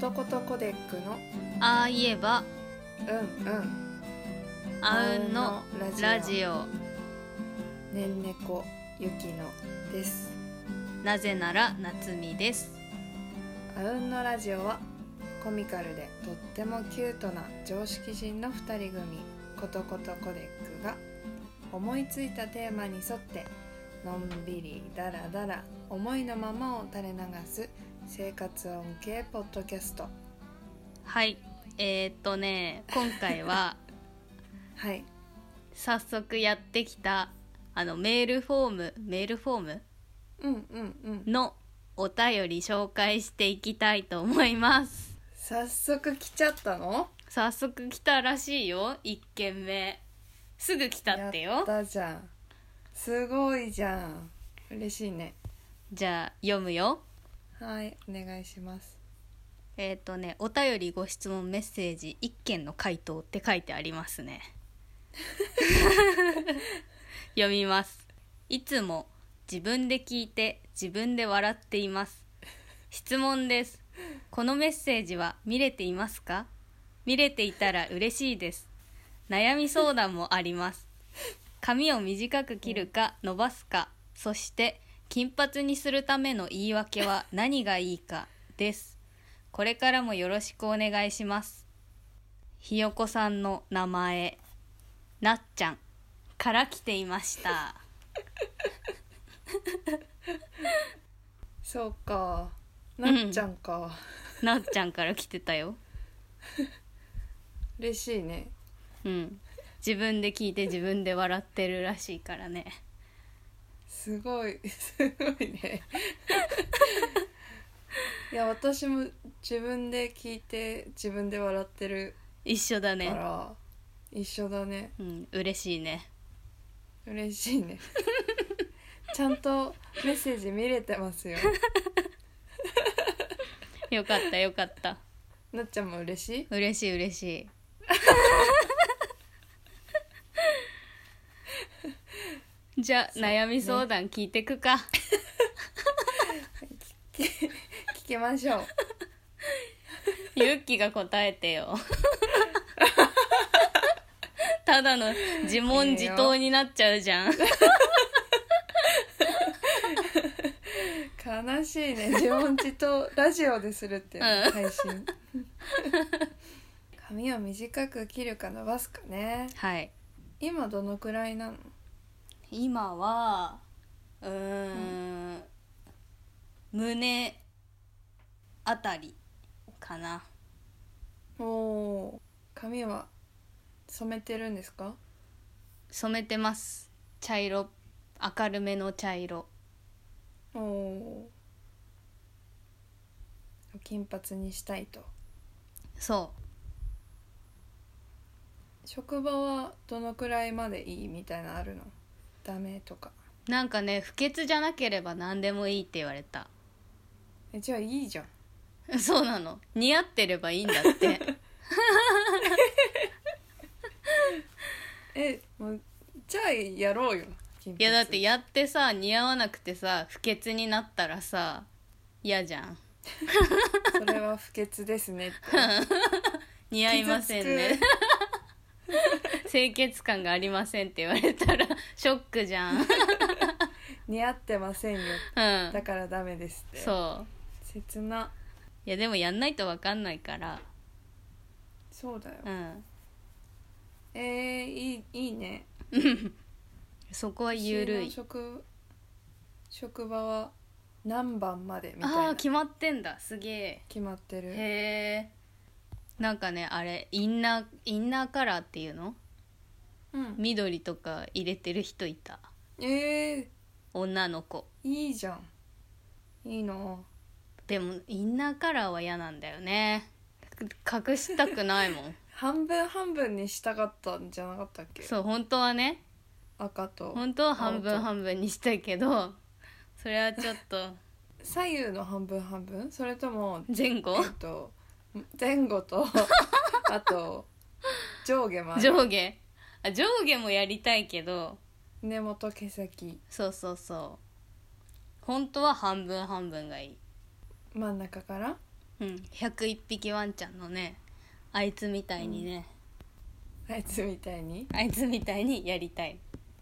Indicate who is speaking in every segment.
Speaker 1: とことコデックの
Speaker 2: ああ言えば
Speaker 1: うんうん
Speaker 2: あうのラ
Speaker 1: オ
Speaker 2: ジオ
Speaker 1: ねんねこゆきのです
Speaker 2: なぜなら夏美です
Speaker 1: あうんのラジオはコミカルでとってもキュートな常識人の2人組ことことコデックが思いついたテーマに沿ってのんびりだらだら思いのままを垂れ流す生活音系ポッドキャスト
Speaker 2: はいえー、っとね今回 は
Speaker 1: はい
Speaker 2: 早速やってきたあのメールフォームメールフォーム
Speaker 1: うんうんうん
Speaker 2: のお便り紹介していきたいと思います
Speaker 1: 早速来ちゃったの
Speaker 2: 早速来たらしいよ1件目すぐ来たって
Speaker 1: や
Speaker 2: よ
Speaker 1: ったじゃんすごいじゃん嬉しいね
Speaker 2: じゃあ読むよ
Speaker 1: はいお願いします
Speaker 2: えーっ、とねお便りご質問メッセージ1件の回答って書いてありますね読みますいつも自分で聞いて自分で笑っています質問ですこのメッセージは見れていますか見れていたら嬉しいです悩み相談もあります髪を短く切るか伸ばすかそして金髪にするための言い訳は何がいいかですこれからもよろしくお願いしますひよこさんの名前なっちゃんから来ていました
Speaker 1: そうか
Speaker 2: ん
Speaker 1: なっちゃんか、
Speaker 2: なっちゃんから来てたよ
Speaker 1: 嬉しいね
Speaker 2: うん自分で聞いて自分で笑ってるらしいからね
Speaker 1: すごいすごいねいや私も自分で聞いて自分で笑ってる
Speaker 2: 一緒だ
Speaker 1: か
Speaker 2: ね
Speaker 1: ら、一緒だね
Speaker 2: うん嬉しいね
Speaker 1: 嬉しいねちゃんとメッセージ見れてますよ
Speaker 2: よかったよかった
Speaker 1: なっちゃんも嬉しい
Speaker 2: 嬉しい嬉しいじゃあ、悩み相談聞いてくか
Speaker 1: 聞きましょう
Speaker 2: ゆっきが答えてよただの自問自答になっちゃうじゃん
Speaker 1: 悲しいね自問自答ラジオでするっていうね、
Speaker 2: うん
Speaker 1: 配信髪を短く切るか伸ばすかね
Speaker 2: はい
Speaker 1: 今どのくらいなの
Speaker 2: 今はうーん胸あたりかな
Speaker 1: おお髪は染めてるんですか
Speaker 2: 染めてます茶色明るめの茶色
Speaker 1: おお金髪にしたいと
Speaker 2: そ
Speaker 1: 職場はどのくらいまでいいみたいなのあるのダメとか
Speaker 2: うなんかね不潔じゃなければ何でもいいって言われた
Speaker 1: えじゃあいいじゃん
Speaker 2: そうなの似合ってればいいんだって
Speaker 1: えもうじゃあやろうよ金
Speaker 2: いやだってやってさ似合わなくてさ不潔になったらさ嫌じゃん
Speaker 1: それは不潔ですねって
Speaker 2: 似合いませんね清潔感がありませんって言われたら ショックじゃん
Speaker 1: 似合ってませんよ
Speaker 2: うん
Speaker 1: だからダメですって
Speaker 2: そう
Speaker 1: 切ない
Speaker 2: やでもやんないと分かんないから
Speaker 1: そうだよ、
Speaker 2: うん
Speaker 1: えー、いいいいね
Speaker 2: そこはゆ
Speaker 1: う
Speaker 2: る
Speaker 1: ち
Speaker 2: い
Speaker 1: の職職場は何番までみたい
Speaker 2: ああ
Speaker 1: な
Speaker 2: ー決まってんだすげえ
Speaker 1: 決まってる
Speaker 2: へえなんかねあれインナーインナーカラーっていうの
Speaker 1: うん
Speaker 2: 緑とか入れてる人いた
Speaker 1: え
Speaker 2: 女の子
Speaker 1: ー、いいじゃんいいな
Speaker 2: でもインナーカラーは嫌なんだよね隠したくないもん
Speaker 1: 半分半分にしたかったんじゃなかったっ け
Speaker 2: そう本当はね
Speaker 1: 赤と
Speaker 2: 本当は半
Speaker 1: 青
Speaker 2: 分
Speaker 1: と
Speaker 2: 半分にしたいけどそれはちょっと
Speaker 1: 左右の半分半分それとも
Speaker 2: 前後
Speaker 1: えっと前後 とあと上下まで
Speaker 2: 上下あ上下もやりたいけど
Speaker 1: 根元毛先
Speaker 2: そうそうそう本当は半分半分がいい
Speaker 1: 真ん中から
Speaker 2: うん、101匹ワンちゃんのねあいつみたいにね、
Speaker 1: あいつみたいに
Speaker 2: あいつみたいにやりたい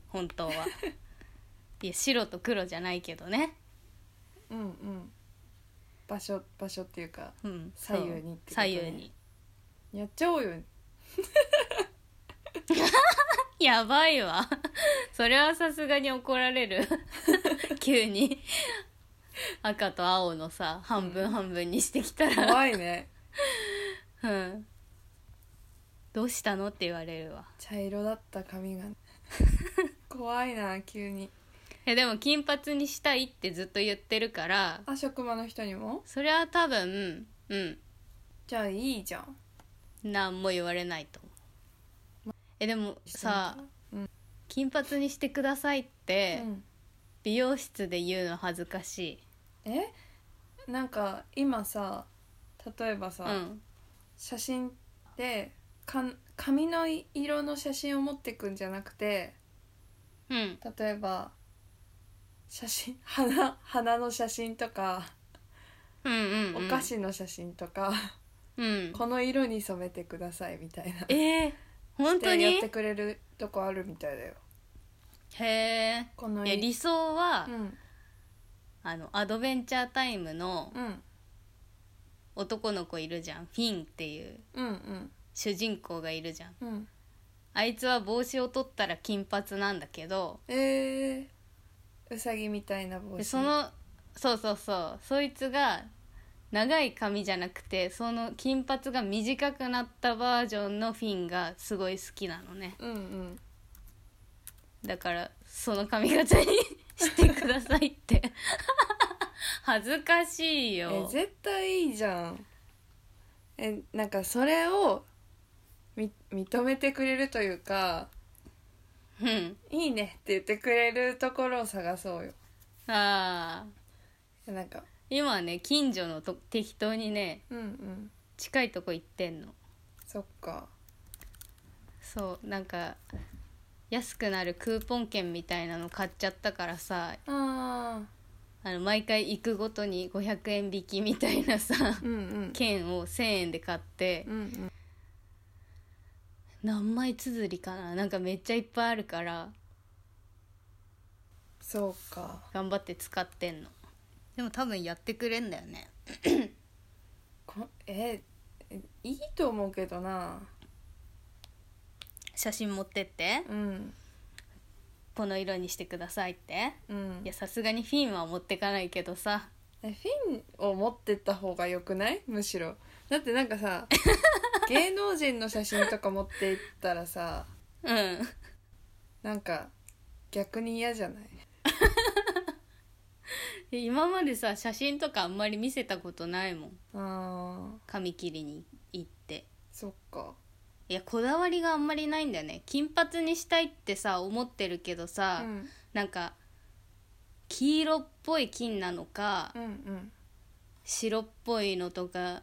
Speaker 2: 本当 はいや白と黒じゃないけどね、
Speaker 1: うんうん場所場所っていうか
Speaker 2: うん、
Speaker 1: 左右にっ
Speaker 2: そう
Speaker 1: てことね
Speaker 2: 左右に
Speaker 1: やっちゃおうよ
Speaker 2: やばいわ それはさすがに怒られる 急に赤と青のさ半分半分にしてきたら、
Speaker 1: 怖いね
Speaker 2: うんどうしたのって言われるわ
Speaker 1: 茶色だった髪が 怖いな急に
Speaker 2: えでも金髪にしたいってずっと言ってるから
Speaker 1: あ職場の人にも
Speaker 2: それは多分うん
Speaker 1: じゃあいいじゃん
Speaker 2: 何も言われないと思うえでもさ
Speaker 1: うん
Speaker 2: 金髪にしてくださいって
Speaker 1: うん
Speaker 2: 美容室で言うの恥ずかしい
Speaker 1: えなんか今さ例えばさ、
Speaker 2: うん
Speaker 1: 写真でかん髪の色の写真を持ってくんじゃなくて
Speaker 2: うん
Speaker 1: 例えば写真花花の写真とか
Speaker 2: うんうん
Speaker 1: お
Speaker 2: うん
Speaker 1: 菓子の写真とか、
Speaker 2: うん
Speaker 1: この色に染めてくださいみたいな
Speaker 2: えー、本当
Speaker 1: してやっ
Speaker 2: に
Speaker 1: てくれるとこあるみたいだよ
Speaker 2: へえ
Speaker 1: この色
Speaker 2: 理想は、
Speaker 1: うん
Speaker 2: あのアドベンチャータイムの
Speaker 1: うん
Speaker 2: 男の子いるじゃんフィンっていう
Speaker 1: うんうん
Speaker 2: 主人公がいるじゃん
Speaker 1: うん
Speaker 2: あいつは帽子を取ったら金髪なんだけど
Speaker 1: えー、うさぎみたいな帽
Speaker 2: で
Speaker 1: 子
Speaker 2: そのそうそうそうそいつが長い髪じゃなくてその金髪が短くなったバージョンのフィンがすごい好きなのね
Speaker 1: うんうん
Speaker 2: だからその髪型に してくださいって 恥ずかしい
Speaker 1: え
Speaker 2: よ
Speaker 1: 絶対いいじゃんえなんかそれをみ認めてくれるというか
Speaker 2: うん
Speaker 1: 「いいね」って言ってくれるところを探そうよ
Speaker 2: ああ
Speaker 1: なんか
Speaker 2: 今ね近所のと適当にね
Speaker 1: うんうん
Speaker 2: 近いとこ行ってんの
Speaker 1: そっか
Speaker 2: そうなんか安くなるクーポン券みたいなの買っちゃったからさ
Speaker 1: あ
Speaker 2: あの毎回行くごとに500円引きみたいなさ
Speaker 1: ーうんうん
Speaker 2: 券を1,000円で買って
Speaker 1: うんうん
Speaker 2: 何枚綴りかななんかめっちゃいっぱいあるから
Speaker 1: そうか
Speaker 2: 頑張って使ってんのでも多分やってくれんだよね
Speaker 1: こええいいと思うけどな
Speaker 2: 写真持ってって
Speaker 1: うん
Speaker 2: この色にしてくださいって
Speaker 1: うん
Speaker 2: いやさすがにフィンは持ってかないけどさ
Speaker 1: えフィンを持ってった方が良くないむしろだってなんか さ芸能人の写真とか持っていったらさ
Speaker 2: うん
Speaker 1: なんか逆に嫌じゃない
Speaker 2: で今までさ写真とかあんまり見せたことないもん
Speaker 1: あー
Speaker 2: 髪切りに行って
Speaker 1: そっか
Speaker 2: いやこだわりがあんまりないんだよね金髪にしたいってさ思ってるけど
Speaker 1: う
Speaker 2: さ、
Speaker 1: ん
Speaker 2: なんか黄色っぽい金なのか、
Speaker 1: うんうん
Speaker 2: 白っぽいのとか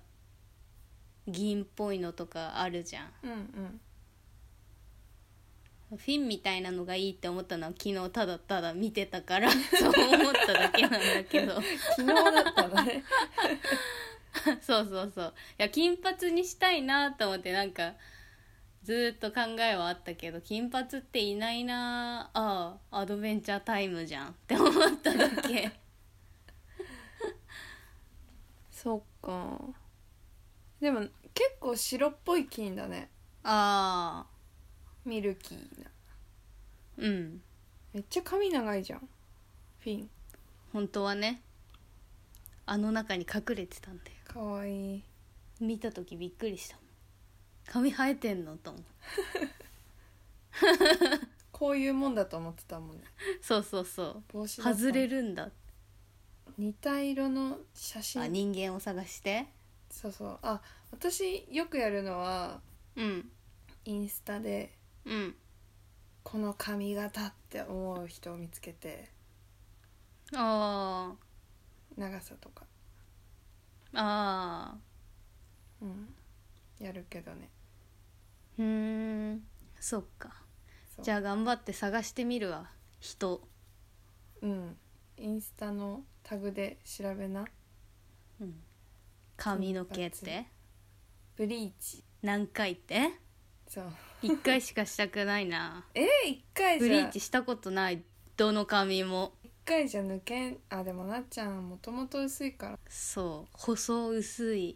Speaker 2: 銀っぽいのとかあるじゃん
Speaker 1: うんうん
Speaker 2: フィンみたいなのがいいって思ったのは昨日ただただ見てたからそう思っただけなんだけど
Speaker 1: 昨日だったのね
Speaker 2: そうそうそういや金髪にしたいなと思ってなんかずーっと考えはあったけど金髪っていないなああアドベンチャータイムじゃんって思っただけ
Speaker 1: そっかでも結構白っぽい金だね
Speaker 2: ああ
Speaker 1: ミルキーな
Speaker 2: うん
Speaker 1: めっちゃ髪長いじゃんフィン
Speaker 2: 本当はねあの中に隠れてたんだよ
Speaker 1: かわいい
Speaker 2: 見た時びっくりしたもん髪生えてんのと思って
Speaker 1: こういうもんだと思ってたもんね
Speaker 2: そうそうそう
Speaker 1: 帽子だった
Speaker 2: 外れるんだ
Speaker 1: 似た色の写
Speaker 2: あ
Speaker 1: 真
Speaker 2: 人間を探して
Speaker 1: そうそうあ私よくやるのは
Speaker 2: うん
Speaker 1: インスタで
Speaker 2: うん
Speaker 1: この髪型って思う人を見つけて
Speaker 2: あー
Speaker 1: 長さとか、
Speaker 2: あ
Speaker 1: うん、やるけどね
Speaker 2: ーうーんそっか
Speaker 1: そう
Speaker 2: じゃあ頑張って探してみるわ人
Speaker 1: うんインスタのタグで調べな
Speaker 2: うん髪の毛って
Speaker 1: ブリーチ
Speaker 2: 何回って
Speaker 1: そう
Speaker 2: 一回しかしたくないな
Speaker 1: えー、一回じ
Speaker 2: ブ
Speaker 1: ゃ
Speaker 2: リーチしたことないどの髪も
Speaker 1: 一回じゃ抜けんあでもなっちゃんもともと薄いから
Speaker 2: そう細薄い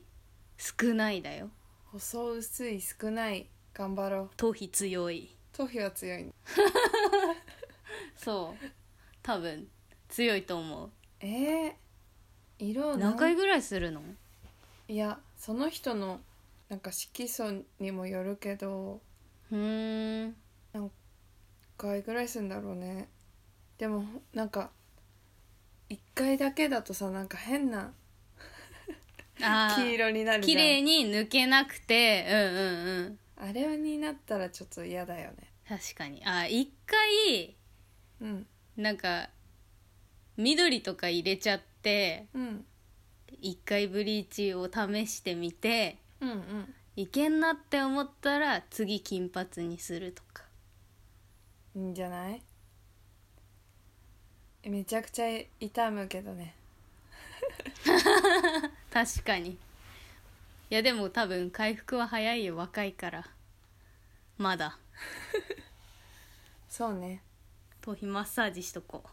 Speaker 2: 少ないだよ
Speaker 1: 細薄い少ない頑張ろう
Speaker 2: 頭皮強い
Speaker 1: 頭皮は強い
Speaker 2: そう多分強いと思
Speaker 1: えー、色を
Speaker 2: う何回ぐらいするの
Speaker 1: いやその人のなんか色素にもよるけど
Speaker 2: うーん
Speaker 1: 1回ぐらいするんだろうねでもなんか1回だけだとさなんか変な
Speaker 2: あ
Speaker 1: 黄
Speaker 2: ー
Speaker 1: 色になるじ
Speaker 2: 綺
Speaker 1: ゃん
Speaker 2: 麗に抜けなくてうんうんうん
Speaker 1: あれになったらちょっと嫌だよね
Speaker 2: 確かにあ一回
Speaker 1: うん
Speaker 2: なんか緑とか入れちゃって
Speaker 1: うん
Speaker 2: 一回ブリーチを試してみて
Speaker 1: うんうん
Speaker 2: いけんなって思ったら次金髪にするとか
Speaker 1: いいんじゃないめちゃくちゃ痛むけどね
Speaker 2: 確かにいやでも多分回復は早いよ若いからまだ
Speaker 1: そうね
Speaker 2: 頭皮マッサージしとこ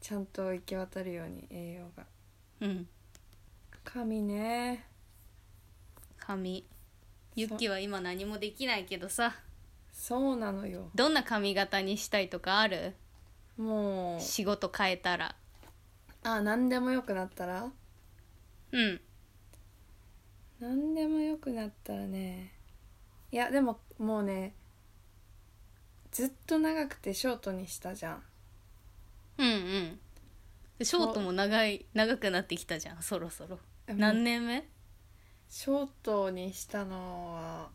Speaker 1: ちゃんと行き渡るように栄養が
Speaker 2: ううん
Speaker 1: 髪ね
Speaker 2: 髪ユッキは今何もできないけどさ
Speaker 1: そうなのよ
Speaker 2: どんな髪型にしたいとかある
Speaker 1: もう
Speaker 2: 仕事変えたら
Speaker 1: あ何でもよくなったら
Speaker 2: うん
Speaker 1: 何でもよくなったらねいやでももうねずっと長くてショートにしたじゃん
Speaker 2: うんうんでショートも長い長くなってきたじゃんそろそろ
Speaker 1: も
Speaker 2: 何
Speaker 1: う
Speaker 2: 年目
Speaker 1: ショートにしたのは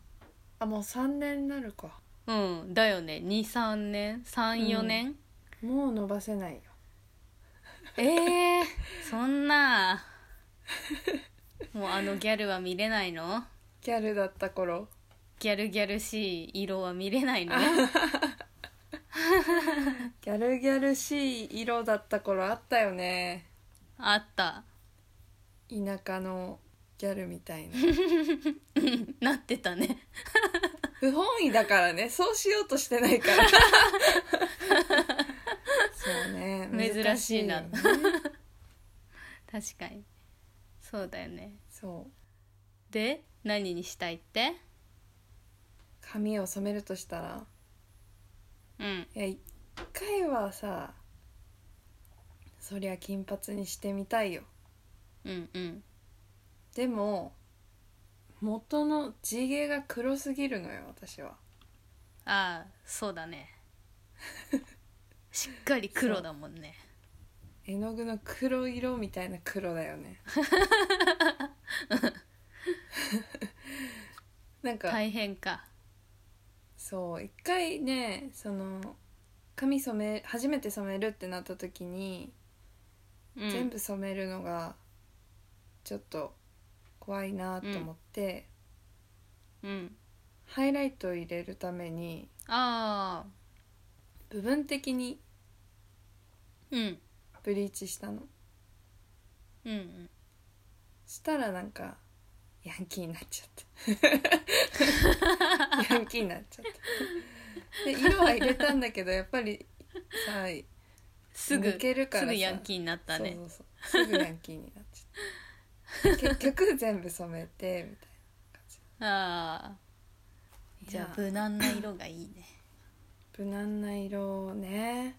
Speaker 1: あもう3年になるか
Speaker 2: うんだよね23年34年、
Speaker 1: もう伸ばせないよ
Speaker 2: えー、そんな もうあのギャルは見れないの
Speaker 1: ギャルだった頃
Speaker 2: ギャルギャルしい色は見れない の
Speaker 1: ギャルギャルしい色だった頃あったよね
Speaker 2: あった
Speaker 1: 田舎のギャルみたいな
Speaker 2: なってたね
Speaker 1: 不本意だからねそうしようとしてないから そうね
Speaker 2: 珍しいな
Speaker 1: 難しよね
Speaker 2: 確かにそうだよね
Speaker 1: そう
Speaker 2: で何にしたいって
Speaker 1: 髪を染めるとしたら
Speaker 2: うん
Speaker 1: いや一回はさそりゃ金髪にしてみたいよ
Speaker 2: うんうん
Speaker 1: でも元の地毛が黒すぎるのよ私は
Speaker 2: ああそうだ ねしっかり黒だもんね
Speaker 1: 絵の具の黒色みたいな黒だよね なんか、
Speaker 2: 大変か
Speaker 1: そう一回ねその髪染め初めて染めるってなった時に、
Speaker 2: うん
Speaker 1: 全部染めるのがちょっと怖いなと思って、
Speaker 2: うん
Speaker 1: ハイライトを入れるために
Speaker 2: ああ
Speaker 1: 部分的に
Speaker 2: うん
Speaker 1: ブリーチしたの
Speaker 2: うんうん
Speaker 1: したらなんかヤンキーになっちゃ ったヤンキーになっちゃったで色は入れたんだけどやっぱりさ
Speaker 2: すぐ
Speaker 1: 抜けるからさ
Speaker 2: すぐヤンキーになったね
Speaker 1: そうそうそうすぐヤンキーになっちゃった結局全部染めてみたいな感じ
Speaker 2: ああじゃ
Speaker 1: いや
Speaker 2: あ無難な色がいいね
Speaker 1: 無難な色をね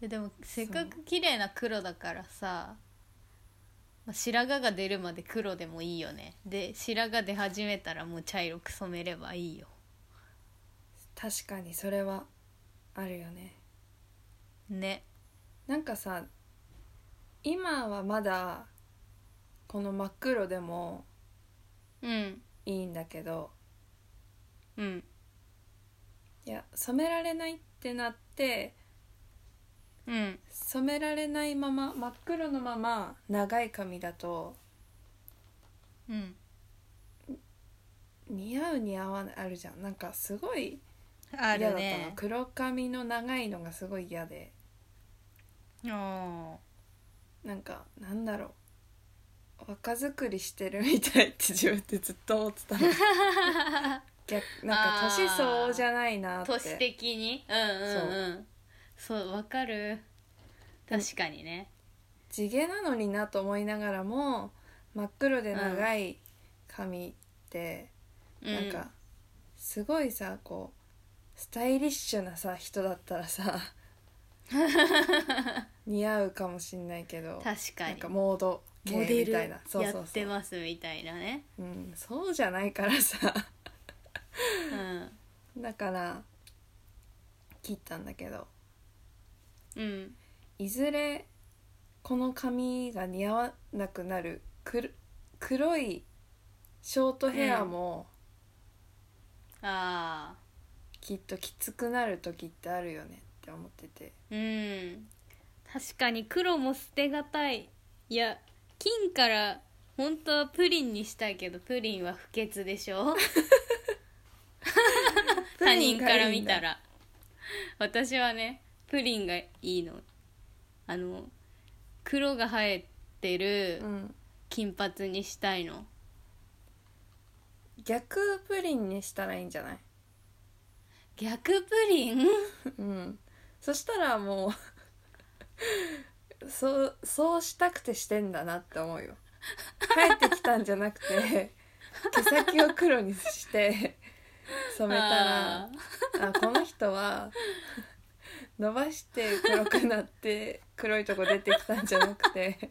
Speaker 2: ででもせっかく綺麗な黒だからさ、まあ白髪が出るまで黒でもいいよねで白髪出始めたらもう茶色く染めればいいよ
Speaker 1: 確かにそれはあるよね
Speaker 2: ね
Speaker 1: なんかさ今はまだこの真っ黒でも
Speaker 2: うん
Speaker 1: いいんだけど
Speaker 2: うん
Speaker 1: いや染められないってなって
Speaker 2: うん
Speaker 1: 染められないまま真っ黒のまま長い髪だと
Speaker 2: うん
Speaker 1: 似合う似合わないあるじゃんなんかすごい
Speaker 2: あ
Speaker 1: 嫌だった
Speaker 2: る
Speaker 1: の、
Speaker 2: ね
Speaker 1: 黒髪の長いのがすごい嫌で
Speaker 2: あー
Speaker 1: なんかなんだろう若作りしてるみたいって自分でずっと思って たの逆なんか
Speaker 2: あー
Speaker 1: 年相応じゃないなって
Speaker 2: 都市的にうんうんうんそうわかる確かにね
Speaker 1: 地毛なのになと思いながらも真っ黒で長い髪って、なんかすごいさこうスタイリッシュなさ人だったら さ似合うかもしんないけど
Speaker 2: うん確か
Speaker 1: なん
Speaker 2: に
Speaker 1: かモード系
Speaker 2: モデ
Speaker 1: み
Speaker 2: ル
Speaker 1: た
Speaker 2: や
Speaker 1: いなそうそう
Speaker 2: っ
Speaker 1: そ
Speaker 2: て
Speaker 1: う、
Speaker 2: ますみたいなね
Speaker 1: うん、そうじゃないからさ
Speaker 2: うん
Speaker 1: だから切ったんだけど
Speaker 2: うん
Speaker 1: いずれこの髪が似合わなくなるくる黒いショートヘアも
Speaker 2: ああ
Speaker 1: きっときつくなる時ってあるよねって思ってて
Speaker 2: うん確かに黒も捨てがたいいや金から本当はプリンにしたいけどプリンは不潔で しょ他人から見たら私はねプリンがいいのあの黒が生えてる
Speaker 1: うん
Speaker 2: 金髪にしたいの、
Speaker 1: 逆プリンにしたらいいんじゃない
Speaker 2: 逆プリン
Speaker 1: うんそしたらもう そうそうしたくてしてんだなって思うよ帰ってきたんじゃなくて毛先を黒にして染めたら
Speaker 2: あー
Speaker 1: あこの人は伸ばして黒くなって黒いとこ出てきたんじゃなくて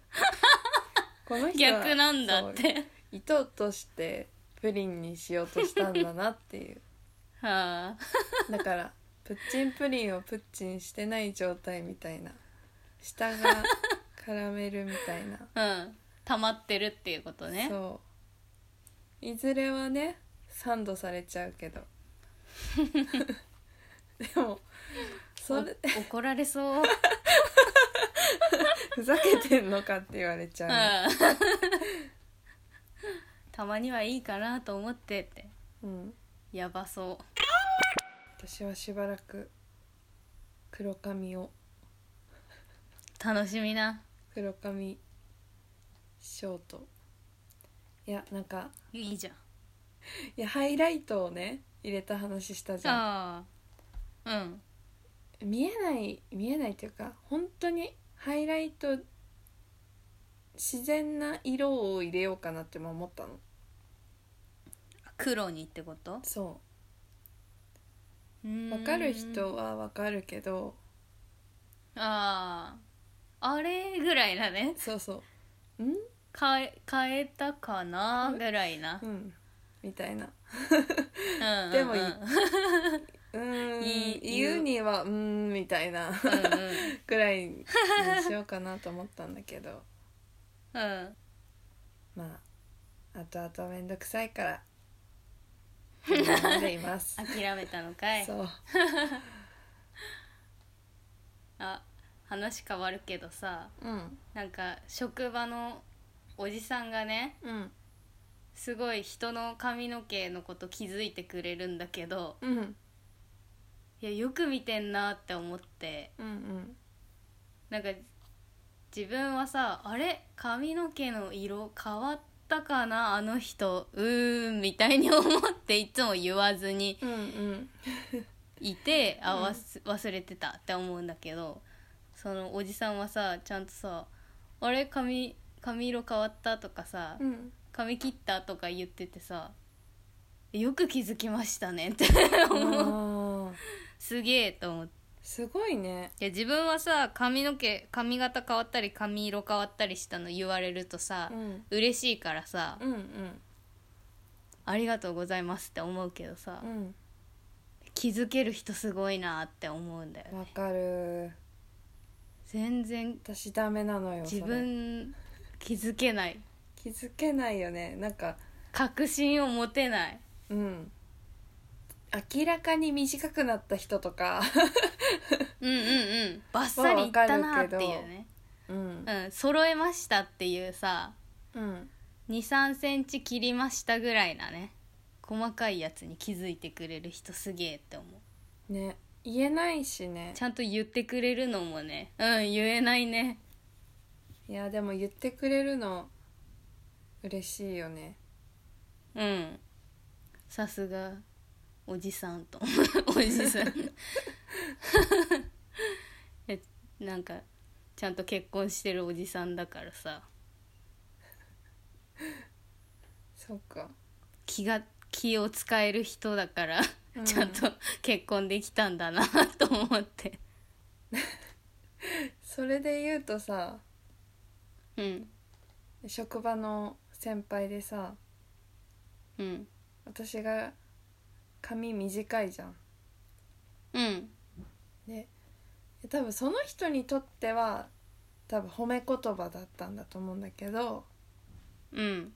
Speaker 1: この人は
Speaker 2: 逆なんだっ
Speaker 1: そう
Speaker 2: て
Speaker 1: 糸落としてプリンにしようとしたんだなっていう
Speaker 2: はあ
Speaker 1: だからプッチンプリンをプッチンしてない状態みたいな下が絡めるみたいな、
Speaker 2: うん溜まってるっていうことね
Speaker 1: そういずれはねサンドされちゃうけど でもそれ
Speaker 2: お怒ら れそう、うん、
Speaker 1: ふざけてんのかって言われちゃうね、
Speaker 2: たまにはいいかなと思ってって
Speaker 1: うん、
Speaker 2: やばそ
Speaker 1: 私はしばらく黒髪を
Speaker 2: う楽しみな
Speaker 1: 黒髪ショートいやなんか
Speaker 2: いいじゃん
Speaker 1: いやハイライトをね入れた話したじゃん
Speaker 2: ああうん
Speaker 1: 見えない見えないっていうか本当にハイライト自然な色を入れようかなっても思ったの
Speaker 2: 黒にってこと
Speaker 1: そうう
Speaker 2: ーん
Speaker 1: 分かる人は分かるけど
Speaker 2: あああれぐらいだね
Speaker 1: そうそうん
Speaker 2: 変え変えたかなぐらいな、
Speaker 1: うんみたいな
Speaker 2: うんうんうん、
Speaker 1: でもいい
Speaker 2: うん
Speaker 1: うーん
Speaker 2: い
Speaker 1: 言うにはうーんみたい な
Speaker 2: う
Speaker 1: ぐらいにしようかなと思ったんだけど
Speaker 2: んうん
Speaker 1: まあ後々めんどくさいから悩んでいま す
Speaker 2: 諦めたのかい
Speaker 1: そう
Speaker 2: あ話変わるけどさ
Speaker 1: うん
Speaker 2: なんか職場のおじさんがね
Speaker 1: うん
Speaker 2: すごい人の髪の毛のこと気づいてくれるんだけど
Speaker 1: うんうん
Speaker 2: いやよく見てんなって思って
Speaker 1: うん
Speaker 2: なんか自分はさあれ髪の毛の色変わったかなあの人うーんみたいに思っていつも言わずに
Speaker 1: うんうん
Speaker 2: いてあ
Speaker 1: うん
Speaker 2: わす忘れてたって思うんだけどそのおじさんはさちゃんとさ「あれ髪髪色変わった?」とかさ
Speaker 1: うん
Speaker 2: 「髪切った?」とか言っててさ「よく気づきましたね」って
Speaker 1: あ ー
Speaker 2: すげえと思って。
Speaker 1: すごいね
Speaker 2: いや自分はさ髪の毛髪型変わったり髪色変わったりしたの言われるとさ、
Speaker 1: うん
Speaker 2: 嬉しいからさ、
Speaker 1: うんうん
Speaker 2: ありがとうございますって思うけどさ、
Speaker 1: うん
Speaker 2: 気づける人すごいなって思うんだよね
Speaker 1: わかる
Speaker 2: 全然
Speaker 1: 私ダメなのよそれ
Speaker 2: 自分気づけない
Speaker 1: 気づけないよねなんか
Speaker 2: 確信を持てない
Speaker 1: うん明らかに短くなった人とか
Speaker 2: うんうんうんバッサリいったなっていうね
Speaker 1: うん
Speaker 2: うん揃えましたっていうさ
Speaker 1: うん
Speaker 2: 2 3センチ切りましたぐらいなね細かいやつに気づいてくれる人すげえって思う
Speaker 1: ね言えないしね
Speaker 2: ちゃんと言ってくれるのもねうん言えないね
Speaker 1: いやでも言ってくれるの嬉しいよね
Speaker 2: うんさすがおじさん とおじさん えなんかちゃんと結婚してるおじさんだからさ
Speaker 1: そうか
Speaker 2: 気が気を使える人だから、
Speaker 1: うん
Speaker 2: ちゃんと結婚できたんだなと思って
Speaker 1: それで言うとさ
Speaker 2: うん
Speaker 1: 職場の先輩でさ
Speaker 2: うん
Speaker 1: 私が髪短いじゃん
Speaker 2: うん
Speaker 1: で多分その人にとっては多分褒め言葉だったんだと思うんだけど
Speaker 2: うん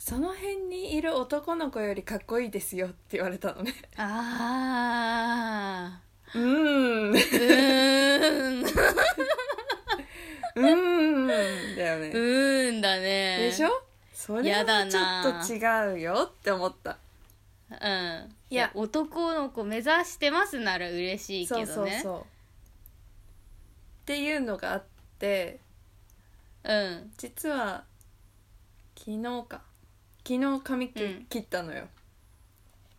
Speaker 1: その辺にいる男の子よりかっこいいですよって言われたのね
Speaker 2: あ
Speaker 1: う ーんう
Speaker 2: ーうーんう
Speaker 1: ーんだよね
Speaker 2: ーんだね
Speaker 1: でしょそれ
Speaker 2: やだ
Speaker 1: はち
Speaker 2: な
Speaker 1: ょっと違うよって思った
Speaker 2: うん
Speaker 1: いや
Speaker 2: 男の子目指してますなら嬉しいけど
Speaker 1: そう
Speaker 2: ね
Speaker 1: そうそうっていうのがあって
Speaker 2: うん
Speaker 1: 実は昨日か昨日髪切
Speaker 2: うん
Speaker 1: 切ったのよ、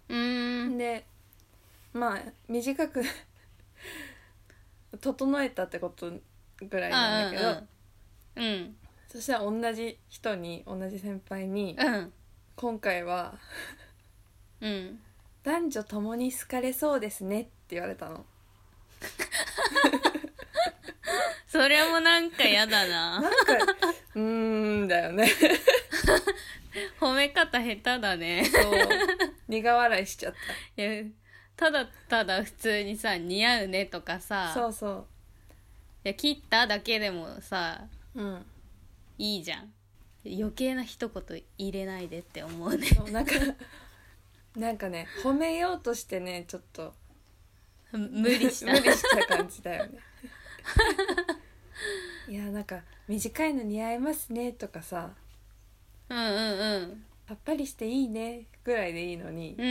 Speaker 2: うーん
Speaker 1: でまあ短く 整えたってことぐらいなんだけど、
Speaker 2: うんうん
Speaker 1: そしたら同じ人に同じ先輩に
Speaker 2: うん
Speaker 1: 今回は
Speaker 2: うんうん
Speaker 1: 「男女ともに好かれそうですね」って言われたの
Speaker 2: それもなんかやだ
Speaker 1: な
Speaker 2: なん
Speaker 1: かうーんだよね
Speaker 2: 褒め方下手だね
Speaker 1: そう苦笑いしちゃっ
Speaker 2: いやただただ普通にさ「似合うね」とか
Speaker 1: た
Speaker 2: さ
Speaker 1: そうそ
Speaker 2: いや切った」だけでもさ
Speaker 1: ううん
Speaker 2: いいじゃん余計な一言入れないでって思うね
Speaker 1: そうなんかなんかね褒めようとしてねちょっと
Speaker 2: 無理した
Speaker 1: 無理した感じだよね いやなんか短いの似合いますねとかさ
Speaker 2: うんうんうん
Speaker 1: さっぱりしていいねぐらいでいいのに
Speaker 2: うん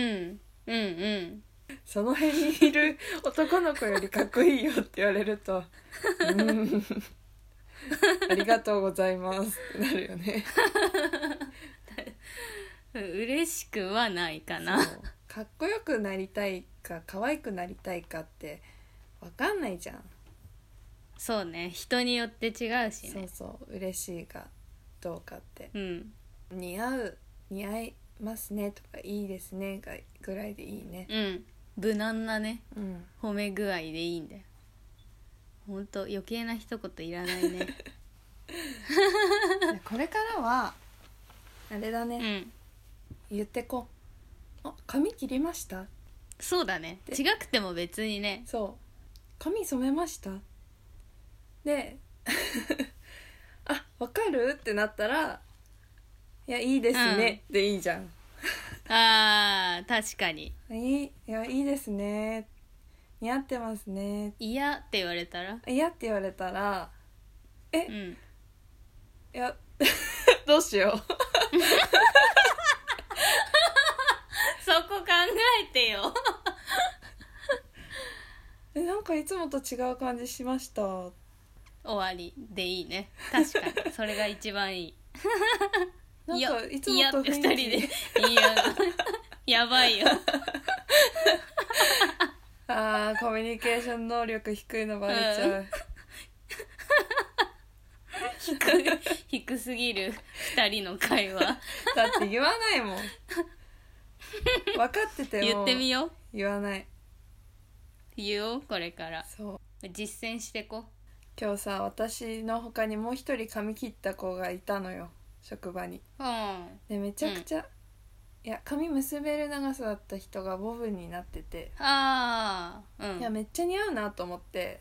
Speaker 2: うんうん
Speaker 1: その辺にいる男の子よりかっこいいよって言われるとうんありがとうございますってなるよね
Speaker 2: うん嬉しくはないかな
Speaker 1: そうかっこよくなりたいか可愛くなりたいかってわかんないじゃん
Speaker 2: そうね人によって違うし
Speaker 1: そう
Speaker 2: ね
Speaker 1: そう嬉しいかどうかって
Speaker 2: うん
Speaker 1: 似合う似合いますねとかいいですねがぐらいでいいね
Speaker 2: うん無難なね
Speaker 1: うん
Speaker 2: 褒め具合でいいんだよほんと余計な一言いらないね
Speaker 1: これからはあれだ
Speaker 2: う
Speaker 1: ね、
Speaker 2: ん
Speaker 1: 言ってこあ髪切りました
Speaker 2: そうだね
Speaker 1: で
Speaker 2: 違くても別にね
Speaker 1: そう髪染めましたで あわかるってなったらいやいいですね、でいいじゃん
Speaker 2: あー確かに
Speaker 1: いいいやいいですね似合ってますね
Speaker 2: 「嫌」って言われたら
Speaker 1: 嫌って言われたら
Speaker 2: うん
Speaker 1: いや どうしよう
Speaker 2: そこ考えてよ
Speaker 1: えなんかいつもと違う感じしました
Speaker 2: 終わりでいいね確かにそれが一番いい
Speaker 1: なん
Speaker 2: いや
Speaker 1: かいつ
Speaker 2: いや
Speaker 1: もと
Speaker 2: って
Speaker 1: 雰
Speaker 2: 二
Speaker 1: 囲
Speaker 2: 人
Speaker 1: 気
Speaker 2: でいや やばいよ
Speaker 1: あーコミュニケーション能力低いのバレちゃう、
Speaker 2: 低い低すぎる二人の会話
Speaker 1: だって言わないもん分かってても
Speaker 2: 言ってみよう
Speaker 1: 言わない
Speaker 2: 言おうこれから
Speaker 1: そう
Speaker 2: 実践してこ
Speaker 1: 今日さ私の他にもう一人髪切った子がいたのよ職場に
Speaker 2: うんあ
Speaker 1: でめちゃくちゃ、いや髪結べる長さだった人がボブになってて、
Speaker 2: あーうん
Speaker 1: いやめっちゃ似合うなと思って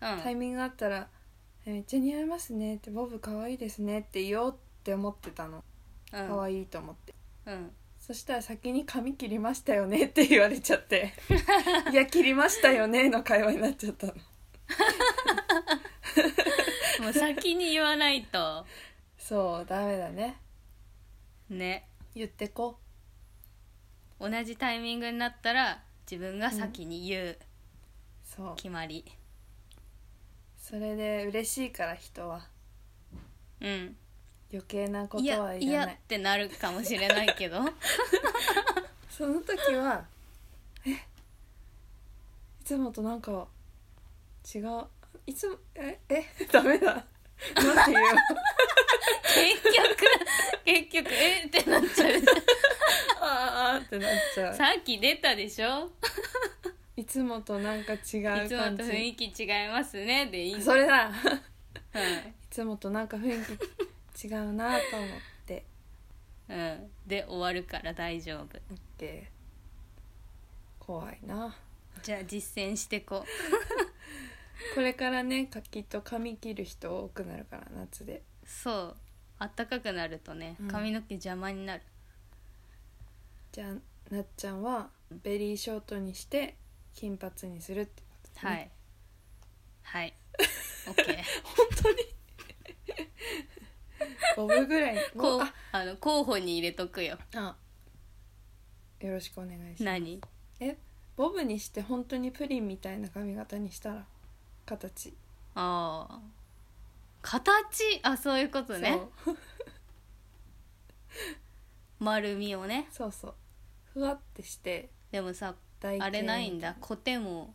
Speaker 2: うん
Speaker 1: タイミングがあったら「えめっちゃ似合いますね」って「ボブ可愛いですね」って言おうって思ってたの
Speaker 2: うん
Speaker 1: 可愛いと思って、
Speaker 2: うん
Speaker 1: そしたら先に「髪切りましたよね」 って言われちゃ って「いや切りましたよね」の会話になっちゃったの
Speaker 2: もう先に言わないと
Speaker 1: そうダメだね
Speaker 2: ね
Speaker 1: 言ってこ
Speaker 2: 同じタイミングになったら自分が先に言う
Speaker 1: そう
Speaker 2: 決まり
Speaker 1: それで嬉しいから人は
Speaker 2: うん
Speaker 1: 余計なこ
Speaker 2: い
Speaker 1: とは
Speaker 2: や
Speaker 1: い
Speaker 2: い
Speaker 1: ら
Speaker 2: や
Speaker 1: ない
Speaker 2: ってなるかもしれないけど
Speaker 1: その時はえいつもとなんか違ういつもええ ダメ だなんて言う
Speaker 2: 結局結局えってなっちゃう
Speaker 1: ああーってなっちゃう
Speaker 2: さっき出たでしょ
Speaker 1: いつもとなんか違
Speaker 2: いうつも
Speaker 1: 感
Speaker 2: と雰
Speaker 1: じ
Speaker 2: 囲気違いますねでいいんだ
Speaker 1: それだ
Speaker 2: はい
Speaker 1: いつもとなんか雰囲気違うなと思って
Speaker 2: うん、で終わるから大丈夫
Speaker 1: オッケー怖いな
Speaker 2: じゃあ実践してこう
Speaker 1: これからねきっと髪切る人多くなるから夏で
Speaker 2: そうあったかくなるとね
Speaker 1: うん
Speaker 2: 髪の毛邪魔になる、
Speaker 1: じゃあなっちゃんはベリーショートにして金髪にするってこと
Speaker 2: はい はい OK
Speaker 1: 本当にボブぐらいの
Speaker 2: こう
Speaker 1: あ
Speaker 2: あの候補に入れとくよ
Speaker 1: あよろしくお願いします
Speaker 2: 何
Speaker 1: えボブにして本当にプリンみたいな髪型にしたら形
Speaker 2: ああ形あそういうことね丸みをね
Speaker 1: そうそうそうふわってして
Speaker 2: でもさ
Speaker 1: 台形
Speaker 2: あれないんだコテも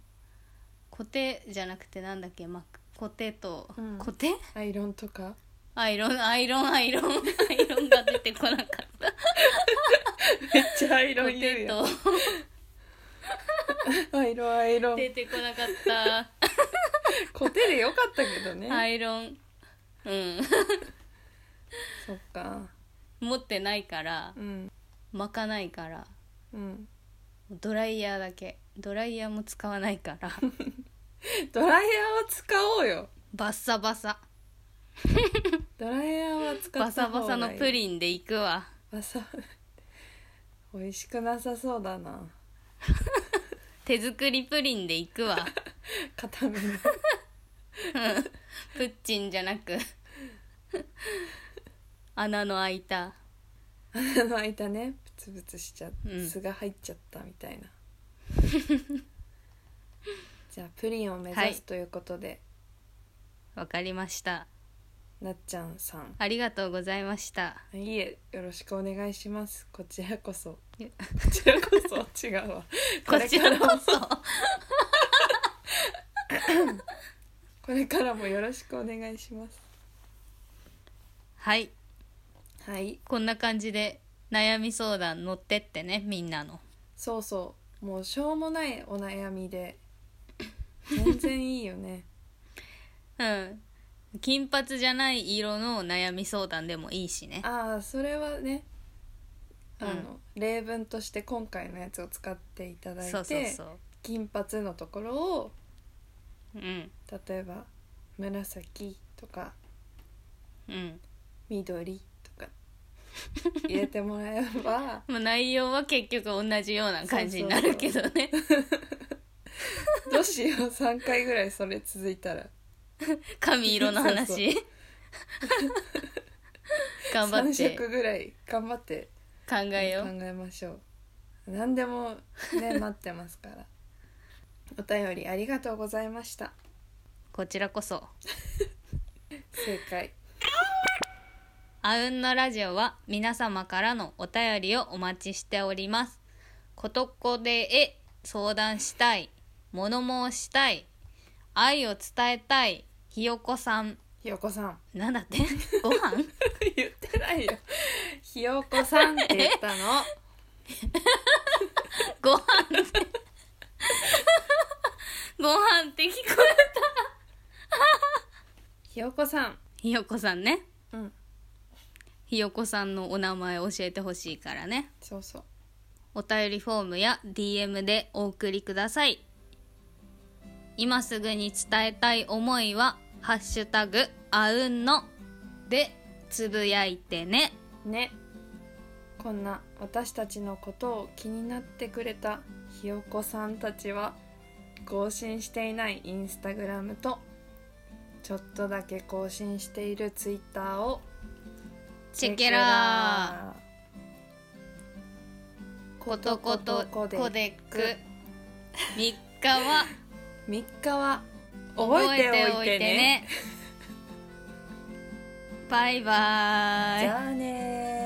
Speaker 2: コテじゃなくてなんだっけ、ま、コテと、
Speaker 1: うん
Speaker 2: コテ
Speaker 1: アイロンとか
Speaker 2: アイロンアイロンアイロンアイロンが出てこなかった
Speaker 1: めっちゃアイ
Speaker 2: コテと
Speaker 1: アイロンアイロン
Speaker 2: 出てこなかっ
Speaker 1: コテでよかったけどね、
Speaker 2: たアイロンうん
Speaker 1: そっか
Speaker 2: 持ってないから
Speaker 1: うん
Speaker 2: 巻かないから
Speaker 1: うん
Speaker 2: ドライヤーだけドライヤーも使わないから
Speaker 1: ドライヤーは使おうよ
Speaker 2: バッサバサ
Speaker 1: ドライヤーは使った
Speaker 2: バサ
Speaker 1: 方がい
Speaker 2: バ
Speaker 1: い
Speaker 2: サのプリンでいくわ
Speaker 1: バサ美味しくなさそうだな
Speaker 2: 手作りプリンでいくわ
Speaker 1: 固めの
Speaker 2: プッチンじゃなく 穴の開いた
Speaker 1: 穴の開いたねプツプツしちゃっ
Speaker 2: うん
Speaker 1: 巣が入っちゃったみたい なじゃあプリンを目
Speaker 2: は
Speaker 1: 指
Speaker 2: い
Speaker 1: すということで、
Speaker 2: わかりました
Speaker 1: なっちゃんさん
Speaker 2: ありがとうございました
Speaker 1: いいえよろしくお願いしますこちらこそこちらこそ違うわ
Speaker 2: こちら
Speaker 1: これから
Speaker 2: こ
Speaker 1: も
Speaker 2: そ
Speaker 1: これからも よろしくお願いします
Speaker 2: はい
Speaker 1: はい
Speaker 2: こんな感じで悩み相談乗ってってねみんなの
Speaker 1: そうそうもうしょうもないお悩みで全然いいよ ね
Speaker 2: うん金髪じゃない色の悩み相談でもいいしね
Speaker 1: ああそれはねあの、
Speaker 2: うん
Speaker 1: 例文として今回のやつを使っていただいて
Speaker 2: そうそうそう
Speaker 1: 金髪のところを
Speaker 2: うん
Speaker 1: 例えば紫とか
Speaker 2: うん
Speaker 1: 緑と か入れてもらえば
Speaker 2: まあ内容は結局同じような感じになるけどね
Speaker 1: どうしよう3回ぐらいそれ続いたら
Speaker 2: 髪色の話 頑張
Speaker 1: 3
Speaker 2: って考
Speaker 1: 色ぐらい頑張って
Speaker 2: えよ
Speaker 1: 考
Speaker 2: う
Speaker 1: えましょう何でもね待ってますから お便りありがとうございました
Speaker 2: こちらこそ
Speaker 1: 正解
Speaker 2: あうんのラジオは皆様からのお便りをお待ちしております。ことこでへ相談したい、物申したい、愛を伝えたい、ひよこさん、
Speaker 1: ひよこさん
Speaker 2: なんだって ご飯
Speaker 1: 言ってないよひよこさんって言ったの
Speaker 2: ご飯ってご飯って聞こえた。
Speaker 1: ひよこさん
Speaker 2: ひよこさんね。
Speaker 1: うん
Speaker 2: ひよこさんのお名前教えてほしいからね。
Speaker 1: そうそう
Speaker 2: お便りフォームや DM でお送りください今すぐに伝えたい思いは「ハッシュタグあうんの」でつぶやいてね
Speaker 1: ねこんな私たちのことを気になってくれたひよこさんたちは更新していないインスタグラムとちょっとだけ更新しているツイッターを
Speaker 2: チェケラーことこと
Speaker 1: こ
Speaker 2: コ
Speaker 1: で
Speaker 2: デック3日は
Speaker 1: 3日は覚
Speaker 2: 覚
Speaker 1: え
Speaker 2: え
Speaker 1: て
Speaker 2: て
Speaker 1: お
Speaker 2: お
Speaker 1: い
Speaker 2: い
Speaker 1: て
Speaker 2: て
Speaker 1: ね
Speaker 2: ね
Speaker 3: バイバイ
Speaker 2: じゃあねー